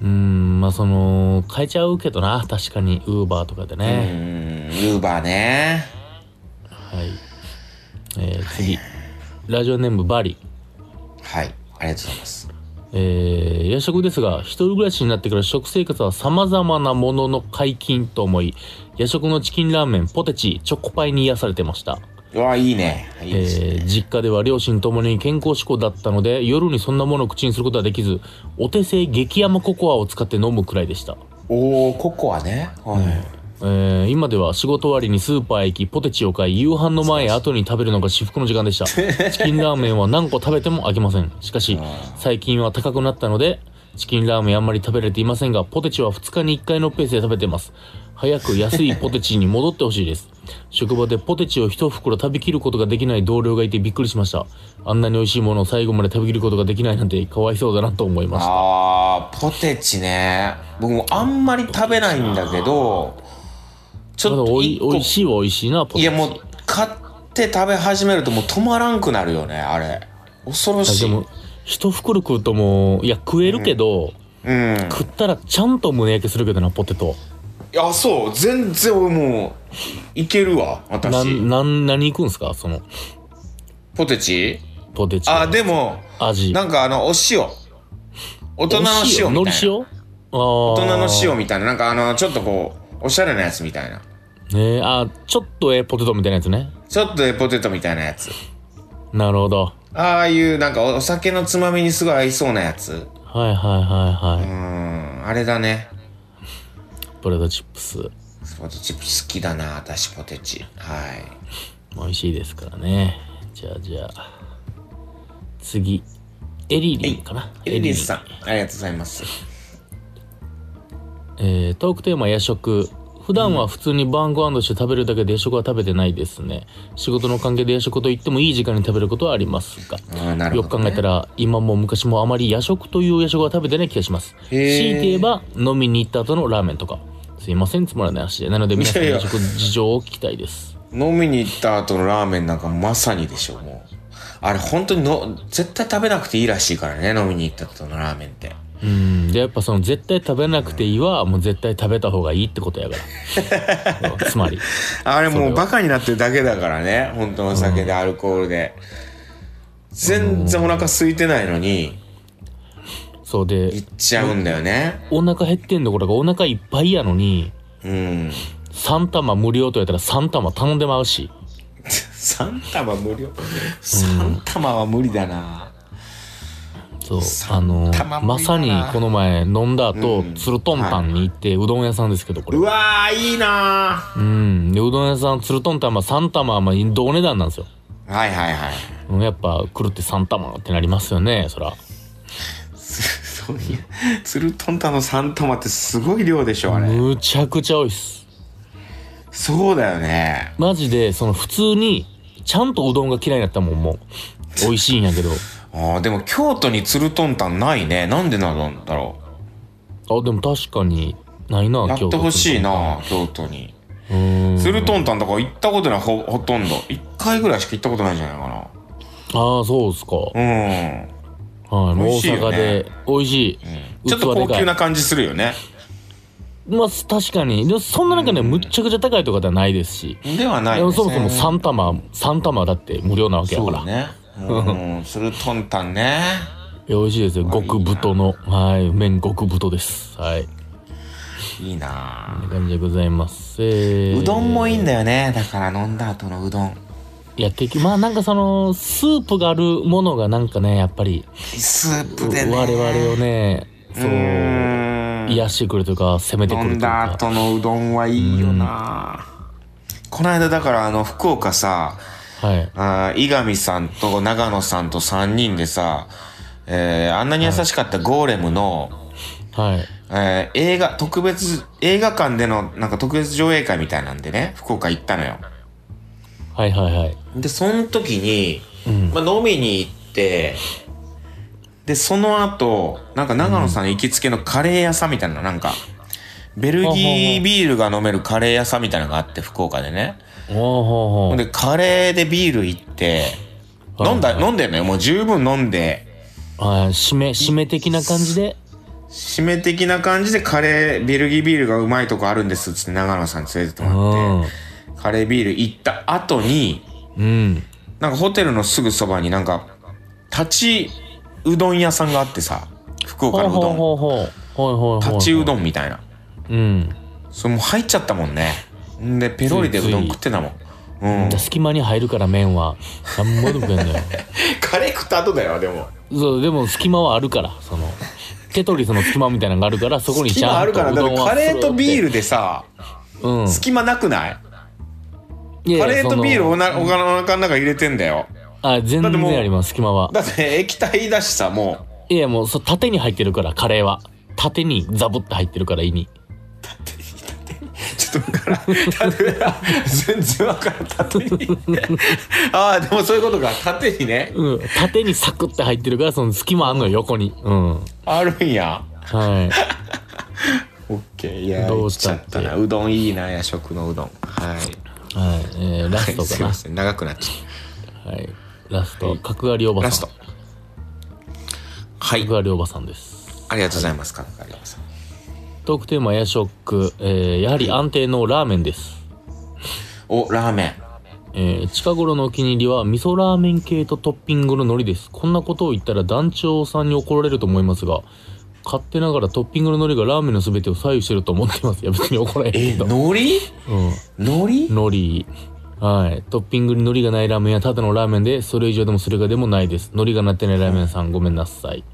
[SPEAKER 3] うーんまあその変えちゃうけどな確かにウーバーとかで
[SPEAKER 2] うん、
[SPEAKER 3] ね、
[SPEAKER 2] ユーバーね。
[SPEAKER 3] はい、えー次ラジオネームバリ
[SPEAKER 2] はい、ありがとうございます。
[SPEAKER 3] えー、夜食ですが、一人暮らしになってから食生活は様々なものの解禁と思い、夜食のチキンラーメン、ポテチ、チョコパイに癒されてました。
[SPEAKER 2] うわ、いいね。いい
[SPEAKER 3] え
[SPEAKER 2] ですね。
[SPEAKER 3] ー、実家では両親ともに健康志向だったので、夜にそんなものを口にすることはできず、お手製激甘ココアを使って飲むくらいでした。
[SPEAKER 2] おー、ココアね。はい。
[SPEAKER 3] えー今では仕事終わりにスーパーへ行きポテチを買い夕飯の前後に食べるのが至福の時間でした チキンラーメンは何個食べても飽きませんしかし最近は高くなったのでチキンラーメンあんまり食べれていませんがポテチは2日に1回のペースで食べてます早く安いポテチに戻ってほしいです 職場でポテチを1袋食べきることができない同僚がいてびっくりしましたあんなに美味しいものを最後まで食べきることができないなんてかわいそうだなと思いました
[SPEAKER 2] あー、ポテチね。僕もあんまり食べないんだけど、ち
[SPEAKER 3] ただ
[SPEAKER 2] ょっと
[SPEAKER 3] お
[SPEAKER 2] 一
[SPEAKER 3] い
[SPEAKER 2] 個
[SPEAKER 3] 美味しいは美味しいなポテチ
[SPEAKER 2] いやもう買って食べ始めるともう止まらんくなるよねあれ恐ろ
[SPEAKER 3] いや
[SPEAKER 2] しい
[SPEAKER 3] でも一袋食うともういや食えるけど、
[SPEAKER 2] うん
[SPEAKER 3] 食ったらちゃんと胸焼けするけどなポテト
[SPEAKER 2] いやそう全然俺もういけるわ
[SPEAKER 3] な
[SPEAKER 2] 私
[SPEAKER 3] んなん何いくんすかその
[SPEAKER 2] ポテチ
[SPEAKER 3] ポテチ
[SPEAKER 2] あでも
[SPEAKER 3] 味
[SPEAKER 2] なんかあのお塩大人の塩み
[SPEAKER 3] 海
[SPEAKER 2] たい
[SPEAKER 3] 苔
[SPEAKER 2] な
[SPEAKER 3] 塩あ大
[SPEAKER 2] 大人の塩みたいななんかあのちょっとこうおしゃれなやつみたいな
[SPEAKER 3] ねえあちょっとええポテトみたいなやつね
[SPEAKER 2] ちょっとええポテトみたいなやつ
[SPEAKER 3] なるほど
[SPEAKER 2] ああいうなんかおお酒のつまみにすごい合いそうなやつ
[SPEAKER 3] はいはいはいは
[SPEAKER 2] う
[SPEAKER 3] い、
[SPEAKER 2] んあれだね
[SPEAKER 3] ポテトチップス
[SPEAKER 2] ポテチ好きだな私ポテチはい
[SPEAKER 3] 美味しいですからねじゃあじゃあ次エリリンかな
[SPEAKER 2] エリリスさん、ありがとうございます。
[SPEAKER 3] えートークテーマ夜食普段は普通に晩ご飯として食べるだけで夜食は食べてないですね仕事の関係で夜食と言ってもいい時間に食べることはありますが
[SPEAKER 2] あーなる
[SPEAKER 3] よ
[SPEAKER 2] ほ
[SPEAKER 3] く
[SPEAKER 2] ど、
[SPEAKER 3] 考え
[SPEAKER 2] ね。
[SPEAKER 3] たら今も昔もあまり夜食という夜食は食べてない気がします
[SPEAKER 2] へ
[SPEAKER 3] 強
[SPEAKER 2] ー
[SPEAKER 3] いて言えば飲みに行った後のラーメンとかすいませんつまらない話でなので皆さん
[SPEAKER 2] いや
[SPEAKER 3] の
[SPEAKER 2] いや
[SPEAKER 3] 夜食事情を聞きたいです
[SPEAKER 2] 飲みに行った後のラーメンなんかまさにでしょ、もう。あれ本当にの、絶対食べなくていいらしいからね、飲みに行った後のラーメンって。
[SPEAKER 3] うんでやっぱその絶対食べなくていいはもう絶対食べた方がいいってことやか らそうつまり
[SPEAKER 2] あれ
[SPEAKER 3] そ
[SPEAKER 2] も
[SPEAKER 3] れ
[SPEAKER 2] う
[SPEAKER 3] は
[SPEAKER 2] バカになってるだけだからね、本当のお酒でアルコールで。全然お腹空いてないのに、
[SPEAKER 3] そうで
[SPEAKER 2] 行っちゃうんだよね。
[SPEAKER 3] お腹減ってんのこれがお腹いっぱいやのに
[SPEAKER 2] うん。
[SPEAKER 3] 3玉無料とやったら3玉頼んでまうし
[SPEAKER 2] 三玉無料。三玉は無理だな。
[SPEAKER 3] そうあ
[SPEAKER 2] 三
[SPEAKER 3] の
[SPEAKER 2] 玉無
[SPEAKER 3] ま
[SPEAKER 2] 理だな
[SPEAKER 3] さにこの前飲んだ後、
[SPEAKER 2] うん
[SPEAKER 3] つるとんたんに行って、うどん屋さんですけどこれ
[SPEAKER 2] うわー、いいな
[SPEAKER 3] うんでうどん屋さんつるとんたんは3玉はまあどお値段なんですよ
[SPEAKER 2] ー。はいはいはい。
[SPEAKER 3] うんやっぱ来るって3玉ってなりますよねそら
[SPEAKER 2] すそういや、ツルトンタの3玉ってすごい量でしょ、あれ。
[SPEAKER 3] むちゃくちゃ多いっす
[SPEAKER 2] そうだよね。
[SPEAKER 3] マジでその普通にちゃんとうどんが嫌いになったもんもう美味しいんやけど
[SPEAKER 2] ああ、でも京都にツルトンタンないね。なんでなんだろ。
[SPEAKER 3] あでも確かにないうな
[SPEAKER 2] や
[SPEAKER 3] 今
[SPEAKER 2] っ
[SPEAKER 3] 日
[SPEAKER 2] てほしいな、京都に。
[SPEAKER 3] うーん
[SPEAKER 2] ツルトンタンとか行ったことない、ほ、ほとんど。一回ぐらいしか行ったことないんじゃないか
[SPEAKER 3] ああそうっすか、
[SPEAKER 2] な。うん。
[SPEAKER 3] はい、もう
[SPEAKER 2] 美味
[SPEAKER 3] 大
[SPEAKER 2] しいよ
[SPEAKER 3] 阪
[SPEAKER 2] ね
[SPEAKER 3] で美味しい、
[SPEAKER 2] ちょっと
[SPEAKER 3] 器で
[SPEAKER 2] 高
[SPEAKER 3] か
[SPEAKER 2] 級
[SPEAKER 3] い
[SPEAKER 2] な感じするよね。
[SPEAKER 3] まあ確かにでもそんな中ね、むっちゃくちゃ高いとかではないですし、
[SPEAKER 2] ではない
[SPEAKER 3] で
[SPEAKER 2] で
[SPEAKER 3] も
[SPEAKER 2] すね。
[SPEAKER 3] そもそも3玉3玉だって無料なわけやから、
[SPEAKER 2] そうね。 うん、ツルトンタンね。
[SPEAKER 3] いや美味しいですよ極太のはい麺極太ですはい
[SPEAKER 2] いいな
[SPEAKER 3] こんな感じでございます、えー
[SPEAKER 2] うどんもいいんだよね。だから飲んだ後のうどん。
[SPEAKER 3] いや結局まあなんかそのスープがあるものがなんかねやっぱり
[SPEAKER 2] スープ
[SPEAKER 3] 我
[SPEAKER 2] でね。
[SPEAKER 3] 々をねそうう
[SPEAKER 2] ーん
[SPEAKER 3] 癒してくるというか攻めてく
[SPEAKER 2] 飲
[SPEAKER 3] るとい
[SPEAKER 2] ん
[SPEAKER 3] う
[SPEAKER 2] だ
[SPEAKER 3] か
[SPEAKER 2] 後のうどんはいいよな、この間だからあの福岡さ
[SPEAKER 3] はい
[SPEAKER 2] あー井上さんと長野さんと3人でさ、えーあんなに優しかったゴーレムの、
[SPEAKER 3] はい
[SPEAKER 2] えー映画特別映画館でのなんか特別上映会みたいなんでね福岡行ったのよ
[SPEAKER 3] はいはいはい
[SPEAKER 2] でその時に、
[SPEAKER 3] うん
[SPEAKER 2] まあ、飲みに行ってでその後なんか長野さん行きつけのカレー屋さんみたいななんかベルギービールが飲めるカレー屋さんみたいなのがあって福岡でね
[SPEAKER 3] おー
[SPEAKER 2] ほ
[SPEAKER 3] ほーほ
[SPEAKER 2] ん
[SPEAKER 3] ー
[SPEAKER 2] でカレーでビール行って
[SPEAKER 3] はい
[SPEAKER 2] 飲んだ飲んでんのよもう十分飲んで
[SPEAKER 3] はい締め締め的な感じで
[SPEAKER 2] 締め的な感じでカレーベルギービールがうまいとこあるんですっつって長野さんに連れてって
[SPEAKER 3] う
[SPEAKER 2] もらっ
[SPEAKER 3] ん
[SPEAKER 2] てカレービール行った後に
[SPEAKER 3] うん
[SPEAKER 2] なんかホテルのすぐそばになんか、立ちうどん屋さんがあってさ、福
[SPEAKER 3] ほ
[SPEAKER 2] 岡の
[SPEAKER 3] う
[SPEAKER 2] う
[SPEAKER 3] ほう
[SPEAKER 2] ど
[SPEAKER 3] ほうほうほいほい
[SPEAKER 2] ん、
[SPEAKER 3] ほい
[SPEAKER 2] 立ちうどんみたいな。
[SPEAKER 3] うん
[SPEAKER 2] それもう入っちゃったもんね。んで、ペロリでうどん食ってたもん。うん。
[SPEAKER 3] 隙間に入るから麺は何もでも食えん のよ
[SPEAKER 2] カレー食った後だよ、でも。
[SPEAKER 3] そうでも隙間はあるからそのテトリスの隙間みたいなのがあるからそこに
[SPEAKER 2] 隙
[SPEAKER 3] ち
[SPEAKER 2] 間
[SPEAKER 3] ゃ
[SPEAKER 2] あ
[SPEAKER 3] ん
[SPEAKER 2] る
[SPEAKER 3] と
[SPEAKER 2] から、
[SPEAKER 3] う
[SPEAKER 2] だっ
[SPEAKER 3] どん
[SPEAKER 2] て
[SPEAKER 3] は
[SPEAKER 2] カレーとビー
[SPEAKER 3] ル
[SPEAKER 2] ルでさ、
[SPEAKER 3] うん
[SPEAKER 2] 隙間なくない
[SPEAKER 3] いやいや
[SPEAKER 2] カレーとビール
[SPEAKER 3] そ
[SPEAKER 2] お
[SPEAKER 3] の
[SPEAKER 2] なお腹の中の中入れてんだよ。
[SPEAKER 3] あ全
[SPEAKER 2] だってもう
[SPEAKER 3] 然あります隙間は
[SPEAKER 2] だって液体だしさ、も
[SPEAKER 3] いやもうそう縦に入ってるからカレーは縦にザブって入ってるから胃に
[SPEAKER 2] う、ちょっとわからん。縦が全然わからん。縦に。 ああ、でもそういうことか。縦にね、
[SPEAKER 3] うん縦にサクって入ってるからその隙間あんのよ横にうん
[SPEAKER 2] あるんや。
[SPEAKER 3] はい
[SPEAKER 2] オッケーいや
[SPEAKER 3] どうしたって
[SPEAKER 2] 行ちゃなうどんいいな夜食のうどんはい
[SPEAKER 3] はい、えー、ラスト
[SPEAKER 2] す
[SPEAKER 3] か
[SPEAKER 2] いま
[SPEAKER 3] な。
[SPEAKER 2] せん長くなっちゃ
[SPEAKER 3] はい、ラスト、角刈りお
[SPEAKER 2] う
[SPEAKER 3] ば
[SPEAKER 2] ラス
[SPEAKER 3] さん
[SPEAKER 2] ト。はい
[SPEAKER 3] 角刈りおばさんです。
[SPEAKER 2] ありがとうございますかかります
[SPEAKER 3] トークテーマ、エアショック、えー、やはり安定のラーメンです。
[SPEAKER 2] おラーメン
[SPEAKER 3] えー、近頃のお気に入りは、味噌ラーメン系とトッピングの海苔です。こんなことを言ったら団長さんに怒られると思いますが、勝手ながらトッピングの海苔がラーメンの全てを左右してると思ってます。いや、別に怒られるけど。
[SPEAKER 2] 海苔
[SPEAKER 3] うん。
[SPEAKER 2] 海苔
[SPEAKER 3] 海苔はいトッピングに海苔がないラーメンやただのラーメンでそれ以上でもそれがでもないです海苔がなってないラーメン屋さんごめんなさい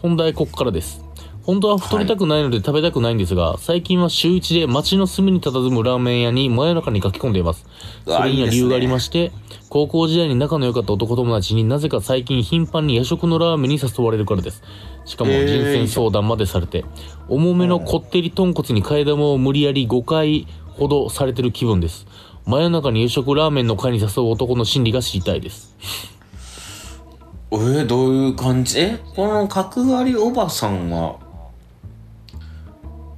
[SPEAKER 3] 本題ここからです本当は太りたくないので食べたくないんですが、最近は週1で街の隅に佇むラーメン屋に真夜中に書き込んでいます
[SPEAKER 2] うわ
[SPEAKER 3] それに
[SPEAKER 2] いい
[SPEAKER 3] は
[SPEAKER 2] ですね
[SPEAKER 3] 理由がありまして高校時代に仲の良かった男友達になぜか最近頻繁に夜食のラーメンに誘われるからですしかも
[SPEAKER 2] えー
[SPEAKER 3] 人選相談までされて、重めのこってり豚骨に替え玉を無理やり5回ほどされてる気分です真夜中に夕食ラーメンの会に誘う男の心理が知りたいです
[SPEAKER 2] えー、どういう感じえこの角刈りおばさんは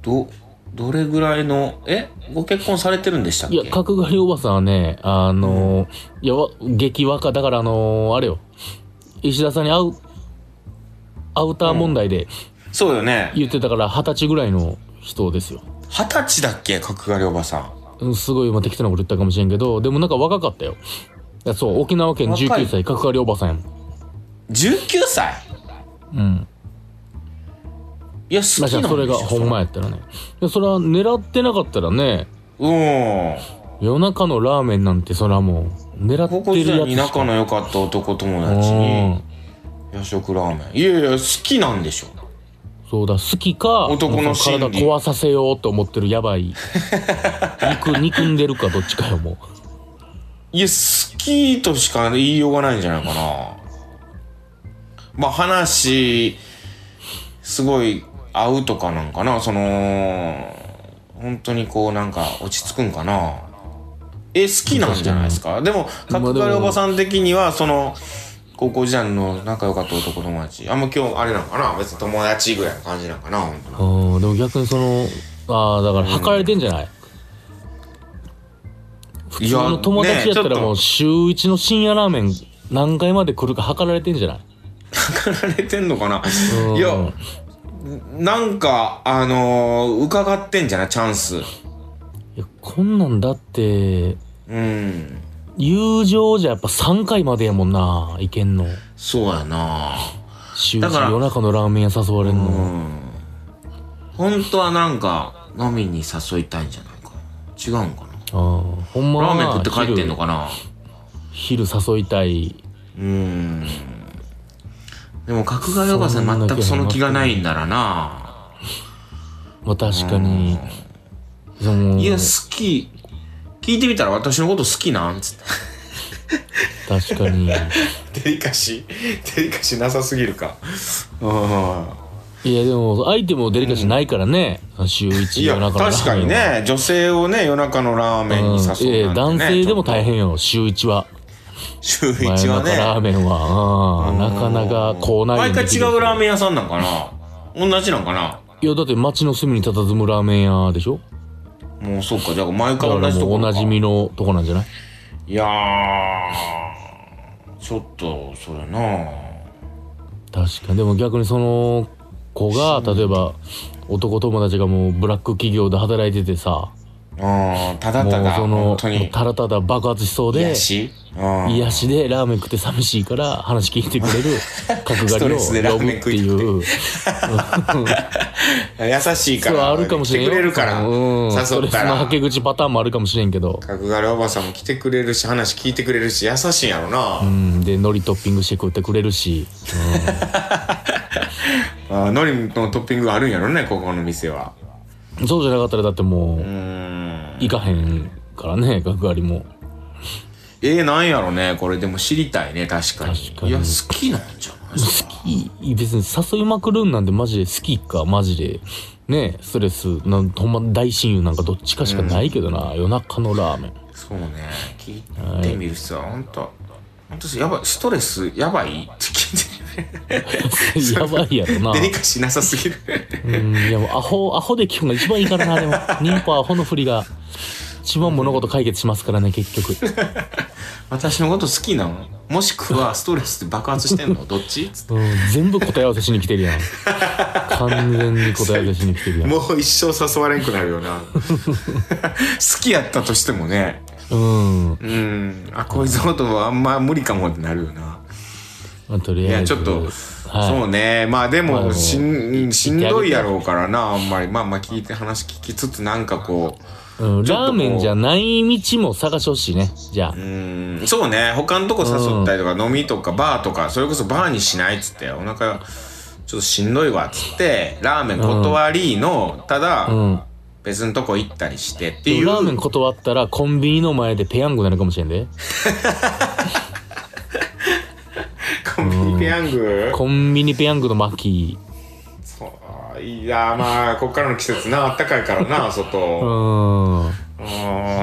[SPEAKER 2] どどれぐらいのえご結婚されてるんでしたっ
[SPEAKER 3] い
[SPEAKER 2] け
[SPEAKER 3] や角刈りおばさんはねあのーいやわ激若だからあのーあれよ石田さんに会うアウター問題で
[SPEAKER 2] そうよね
[SPEAKER 3] 言ってたから二十歳ぐらいの人ですよ、
[SPEAKER 2] 二十歳だっけ角刈りおばさん
[SPEAKER 3] うんすごい、まあ、適当なこと言ったかもしれんけどでもなんか若かったよいやそう沖縄県
[SPEAKER 2] 若い
[SPEAKER 3] 19歳角刈りおばさんやもん
[SPEAKER 2] 19歳
[SPEAKER 3] うん
[SPEAKER 2] いや好
[SPEAKER 3] まあ、
[SPEAKER 2] きなんでしょ
[SPEAKER 3] それがほんまやったらね。でそれは狙ってなかったらね、
[SPEAKER 2] うん
[SPEAKER 3] 夜中のラーメンなんてそれはもう、狙
[SPEAKER 2] 高
[SPEAKER 3] っ
[SPEAKER 2] 校
[SPEAKER 3] て
[SPEAKER 2] 時代
[SPEAKER 3] る
[SPEAKER 2] に
[SPEAKER 3] やつ
[SPEAKER 2] 仲
[SPEAKER 3] しか。
[SPEAKER 2] の良かった男友達に夜食ラーメンいやいや好きなんでしょ
[SPEAKER 3] そうだ、好きか、
[SPEAKER 2] 男の心理
[SPEAKER 3] もう体壊させようと思って るやばい。肉、憎んでるかどっちかよ、も
[SPEAKER 2] いや好きとしか言いようがないんじゃないかな。まあ話、すごい合うとかなんかな、その、本当にこうなんか落ち着くんかな。え、好きなんじゃないですか。でも、角刈りおばさん的には、その、高校時代の仲良かった男友達。あ、もう今日あれなのかな別に友達ぐらいの感じなのかな本当に
[SPEAKER 3] うんでも逆にそのああだから測られてんじゃない、普
[SPEAKER 2] い
[SPEAKER 3] 通
[SPEAKER 2] や
[SPEAKER 3] の友達やった
[SPEAKER 2] ねちょっ
[SPEAKER 3] ら
[SPEAKER 2] と
[SPEAKER 3] もう週一の深夜ラーメン何回まで来るか測られてんじゃない
[SPEAKER 2] 測られてんのかな
[SPEAKER 3] うん
[SPEAKER 2] いやなんかあのー伺ってんじゃないチャンス
[SPEAKER 3] いやこんなんだって
[SPEAKER 2] うん
[SPEAKER 3] 友情じゃやっぱ3回までやもんないけんの
[SPEAKER 2] そうやな
[SPEAKER 3] 週一
[SPEAKER 2] だから
[SPEAKER 3] 夜中のラーメン屋誘われる
[SPEAKER 2] う
[SPEAKER 3] の
[SPEAKER 2] ん本当はなんか飲みに誘いたいんじゃないか違うんかな
[SPEAKER 3] あーほんま
[SPEAKER 2] ラ
[SPEAKER 3] は
[SPEAKER 2] ーメン食って帰ってんのかな
[SPEAKER 3] 昼昼誘いたい
[SPEAKER 2] うんでも角刈りおばさん全くその気がないんだらな
[SPEAKER 3] まあ確かにその
[SPEAKER 2] いや好き聞いてみたら私のこと好きなんつって
[SPEAKER 3] 確かに
[SPEAKER 2] デリカシーデリカシーなさすぎるかうん
[SPEAKER 3] いやでも相手もデリカシーないからね、週一
[SPEAKER 2] いや
[SPEAKER 3] 夜中のラ
[SPEAKER 2] 確か
[SPEAKER 3] ーメ
[SPEAKER 2] に
[SPEAKER 3] ンは
[SPEAKER 2] ね女性をね夜中のラーメンに
[SPEAKER 3] うんい
[SPEAKER 2] 誘うな
[SPEAKER 3] や
[SPEAKER 2] ん
[SPEAKER 3] 男
[SPEAKER 2] て、ね
[SPEAKER 3] 性でも大変よ週一は
[SPEAKER 2] ちょっと週
[SPEAKER 3] 真
[SPEAKER 2] 一
[SPEAKER 3] 夜
[SPEAKER 2] は
[SPEAKER 3] 中ラ
[SPEAKER 2] ね
[SPEAKER 3] ーメンは、うんなかなかこうな
[SPEAKER 2] 毎
[SPEAKER 3] い
[SPEAKER 2] 回違うラー
[SPEAKER 3] ン
[SPEAKER 2] メン屋さんなんかな同じなんかない
[SPEAKER 3] やだって街の隅に佇むラーメン屋でしょ
[SPEAKER 2] もうそうかじゃあ毎
[SPEAKER 3] だ
[SPEAKER 2] 回
[SPEAKER 3] から
[SPEAKER 2] 同じと
[SPEAKER 3] もう
[SPEAKER 2] こ
[SPEAKER 3] おなじみのとこなんじゃない
[SPEAKER 2] いやーちょっとそれな
[SPEAKER 3] 確かにでも逆にその子が例えば男友達がもうブラック企業で働いててさ
[SPEAKER 2] あただ
[SPEAKER 3] もう
[SPEAKER 2] ただ
[SPEAKER 3] その
[SPEAKER 2] 本当に
[SPEAKER 3] ただただ爆発しそうで
[SPEAKER 2] 癒しうん
[SPEAKER 3] 癒しでラーメン食って寂しいから話聞いてくれる 角
[SPEAKER 2] ストレスで
[SPEAKER 3] 刈
[SPEAKER 2] ラ
[SPEAKER 3] り
[SPEAKER 2] ー
[SPEAKER 3] を呼ぶ
[SPEAKER 2] メン
[SPEAKER 3] って
[SPEAKER 2] 食いに
[SPEAKER 3] いう
[SPEAKER 2] 優しいか
[SPEAKER 3] そう
[SPEAKER 2] ら
[SPEAKER 3] あるかもしれん
[SPEAKER 2] 来てくれるから
[SPEAKER 3] うんスト
[SPEAKER 2] 誘
[SPEAKER 3] レ
[SPEAKER 2] っ
[SPEAKER 3] ス
[SPEAKER 2] たら
[SPEAKER 3] のはけ口パターンもあるかもしれんけど
[SPEAKER 2] 角刈りおばさんも来てくれるし話聞いてくれるし優しいんやろな、
[SPEAKER 3] うんで海苔トッピングして食ってくれるし
[SPEAKER 2] あー海苔のトッピングがあるんやろねここの店は
[SPEAKER 3] そうじゃなかったらだっても
[SPEAKER 2] う
[SPEAKER 3] う
[SPEAKER 2] ーん
[SPEAKER 3] 行かへんからね角刈りも
[SPEAKER 2] えー、なんやろねこれでも知りたいね確かに
[SPEAKER 3] 確かに
[SPEAKER 2] いや好きなんじゃないですか
[SPEAKER 3] いい別に誘いまくるんなんでマジで好きかマジでねストレスなんほんま大親友なんかどっちかしかないけどな、夜中のラー メン
[SPEAKER 2] そうね聞いてみる必要は本当本当やばいストレスやばいって聞いて
[SPEAKER 3] やばいやろな
[SPEAKER 2] デリカシーなさす ぎる
[SPEAKER 3] うんいやもうアホアホで聞くのが一番いいから なでも妊婦はアホのふりが一番物事解決しますからね結局
[SPEAKER 2] 私のこと好きなのもしくはストレスで爆発して んのどっちつって
[SPEAKER 3] うん全部答え合わせしに来てるやん完全に答え合わせしに来てるやん
[SPEAKER 2] もう一生誘われんくなるよな 好きやったとしてもね
[SPEAKER 3] う
[SPEAKER 2] う
[SPEAKER 3] ん
[SPEAKER 2] んあこいつのことはあんま無理かもってなるよな
[SPEAKER 3] まあとり
[SPEAKER 2] い
[SPEAKER 3] あ
[SPEAKER 2] や
[SPEAKER 3] え
[SPEAKER 2] ち
[SPEAKER 3] ず
[SPEAKER 2] ょっと、
[SPEAKER 3] はい
[SPEAKER 2] そうねまあで
[SPEAKER 3] まあ
[SPEAKER 2] も
[SPEAKER 3] でも
[SPEAKER 2] しんしん
[SPEAKER 3] 言ってあげて
[SPEAKER 2] どいやろうからなあんまりまあまあ聞いて話聞きつつなんかこ
[SPEAKER 3] うん、
[SPEAKER 2] ちょっ
[SPEAKER 3] ラ
[SPEAKER 2] とこう
[SPEAKER 3] ーメンじゃない道も探してほしいねじゃあ
[SPEAKER 2] ううーんそうね他のとこ誘ったりとか飲みとかバーとかそれこそバーにしないっつってお腹ちょっとしんどいわっつってラーメン断りのただ
[SPEAKER 3] うん
[SPEAKER 2] 別のとこ行ったりしてって
[SPEAKER 3] で
[SPEAKER 2] いう
[SPEAKER 3] もラーメン断ったらコンビニの前でペヤングになるかもしれ んで
[SPEAKER 2] コンビニペヤング
[SPEAKER 3] コンビニペヤングの巻
[SPEAKER 2] そういやまあこっからの季節なあったかいからな
[SPEAKER 3] う
[SPEAKER 2] 外
[SPEAKER 3] ん
[SPEAKER 2] うー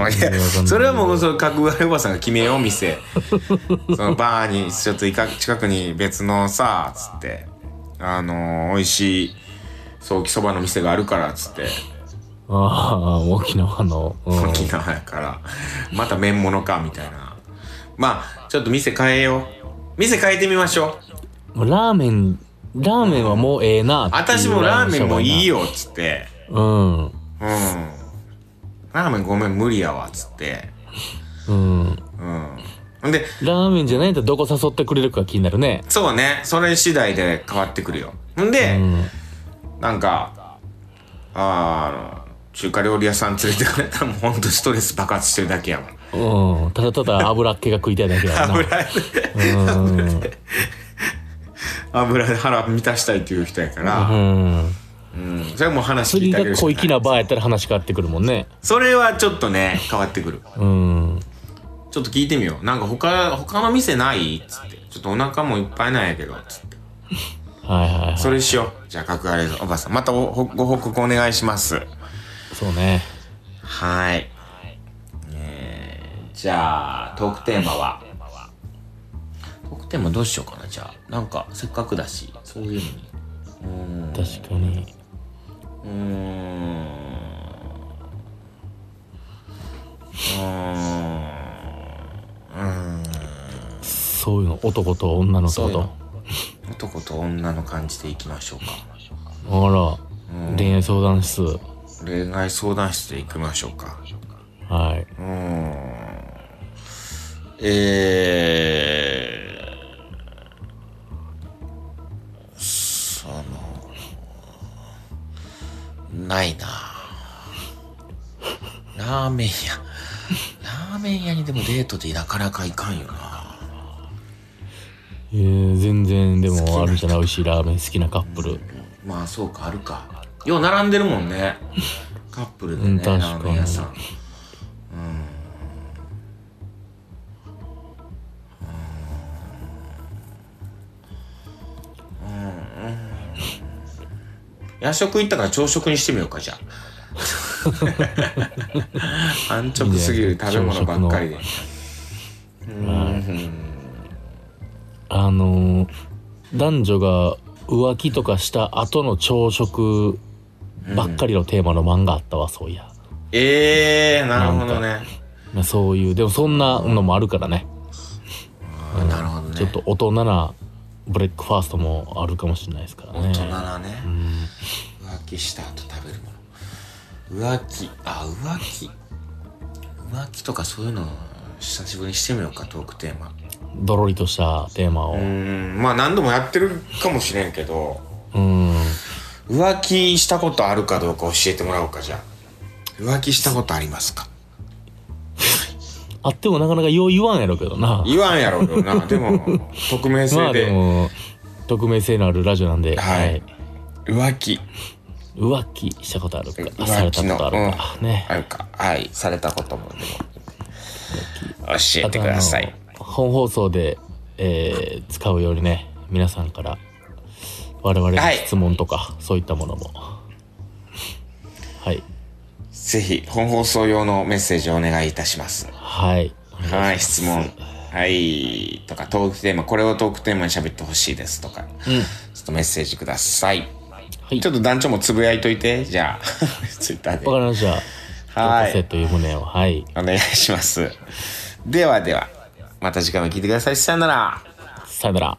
[SPEAKER 2] んいやそれはもうその角刈りおばさんが決めよう 店そのバーにちょっといか近くに別のさつってあのー、美味しいソーキそばの店があるからつって
[SPEAKER 3] ああ沖縄の、うん、
[SPEAKER 2] 沖縄やからまた麺物かみたいなまあちょっと店変えよう店変えてみましょう
[SPEAKER 3] もうラーメンラーメンはもうええなってい
[SPEAKER 2] 私
[SPEAKER 3] う
[SPEAKER 2] もラーメンもいい
[SPEAKER 3] よ
[SPEAKER 2] よつって
[SPEAKER 3] うん
[SPEAKER 2] うんラーメンごめん無理やわつって
[SPEAKER 3] うん
[SPEAKER 2] うんで
[SPEAKER 3] ラーメンじゃないとどこ誘ってくれるか気になるね
[SPEAKER 2] そうねそれ次第で変わってくるよんで、
[SPEAKER 3] うん
[SPEAKER 2] なんか、あーあの、中華料理屋さん連れてかれたらもうほんとストレス爆発してるだけやもん。
[SPEAKER 3] うんただただ油っ気が食いたいだけやな
[SPEAKER 2] 油で、
[SPEAKER 3] うん
[SPEAKER 2] 油で腹満たしたいっていう人やから、
[SPEAKER 3] うん
[SPEAKER 2] うん、それはもう話聞い
[SPEAKER 3] 次
[SPEAKER 2] てあ
[SPEAKER 3] が
[SPEAKER 2] げるしか
[SPEAKER 3] 小粋
[SPEAKER 2] ない。
[SPEAKER 3] なバーやったら話変わってくるもんね
[SPEAKER 2] それはちょっとね、変わってくる。
[SPEAKER 3] うん
[SPEAKER 2] ちちょっと聞いてみよう。なんか他、他の店ないっつって。ちょっとお腹もいっぱいなんやけど、つって。
[SPEAKER 3] はいはいはい。
[SPEAKER 2] それしよう。じゃあ、角張れぞおばさん。またおほご報告お願いします。
[SPEAKER 3] そうね。
[SPEAKER 2] はい。えー、じゃあ、トークテーマはトークテーマどうしようかな、じゃあ。なんか、せっかくだし、そういうのに。
[SPEAKER 3] 確かに。
[SPEAKER 2] うーんうーん
[SPEAKER 3] そういうの、男と女の
[SPEAKER 2] そう
[SPEAKER 3] 人
[SPEAKER 2] いうの
[SPEAKER 3] と。
[SPEAKER 2] 男と女の感じでいきましょうか
[SPEAKER 3] あら、恋愛相談室。
[SPEAKER 2] 恋愛相談室でいきましょうか
[SPEAKER 3] はい。
[SPEAKER 2] うーんえーそのないなラーメン屋ラーメン屋にでもデートでなかなか行かんよな
[SPEAKER 3] えー、全然、でも、あるじゃない、美味しいラーメン好きなカップル。
[SPEAKER 2] まあそうかあるかよう並んでるもんねカップルでね、
[SPEAKER 3] うん確かに
[SPEAKER 2] ラーメン屋さんうんうんうんうん夜食行ったから朝食にしてみようかじゃあ安直すぎる食べ物ばっかりで
[SPEAKER 3] あのー、男女が浮気とかした後の朝食ばっかりのテーマの漫画あったわ、そういや。
[SPEAKER 2] ええー、なるほどね
[SPEAKER 3] まあ、そういう、でもそんなのもあるからね。
[SPEAKER 2] あなるほどね
[SPEAKER 3] ちょっと大人なブレックファーストもあるかもしれないですからね。
[SPEAKER 2] 大人なね、浮気した後食べるもの浮気あ浮気浮気とかそういうの久しぶりにしてみようかトークテーマ
[SPEAKER 3] どろりとしたテーマを。
[SPEAKER 2] うーんまあ何度もやってるかもしれんけど
[SPEAKER 3] うん。
[SPEAKER 2] 浮気したことあるかどうか教えてもらおうかじゃあ浮気したことありますか
[SPEAKER 3] あってもなかなかよう言わんやろうけどな。
[SPEAKER 2] 言わんやろうよなで も匿名
[SPEAKER 3] まあ
[SPEAKER 2] 性
[SPEAKER 3] で
[SPEAKER 2] で
[SPEAKER 3] も、匿名性のあるラジオなんで、
[SPEAKER 2] はい浮気
[SPEAKER 3] 浮気したことあるか、
[SPEAKER 2] 浮気の
[SPEAKER 3] されたことあるか、ね。
[SPEAKER 2] あるかはいされたこともでも教え
[SPEAKER 3] あ
[SPEAKER 2] てく
[SPEAKER 3] とあ
[SPEAKER 2] だ
[SPEAKER 3] の
[SPEAKER 2] さい、
[SPEAKER 3] 本放送で、えー使うようにね、皆さんから、我々の質問とか、そういったものも。はい。
[SPEAKER 2] ぜひ、本放送用のメッセージをお願いいたします。
[SPEAKER 3] はい。
[SPEAKER 2] はい、質問。はい、とか、トークテーマ、これをトークテーマに喋ってほしいですとか、ちょっとメッセージください。
[SPEAKER 3] はい
[SPEAKER 2] ちょっと団長もつぶやいといて、じ ゃあ、ツイッターで。
[SPEAKER 3] わか
[SPEAKER 2] お
[SPEAKER 3] りました。
[SPEAKER 2] はい
[SPEAKER 3] 高瀬という旨を。はい。
[SPEAKER 2] 願いします。ではでは、また次回も聞いてください。さよなら。
[SPEAKER 3] さよなら。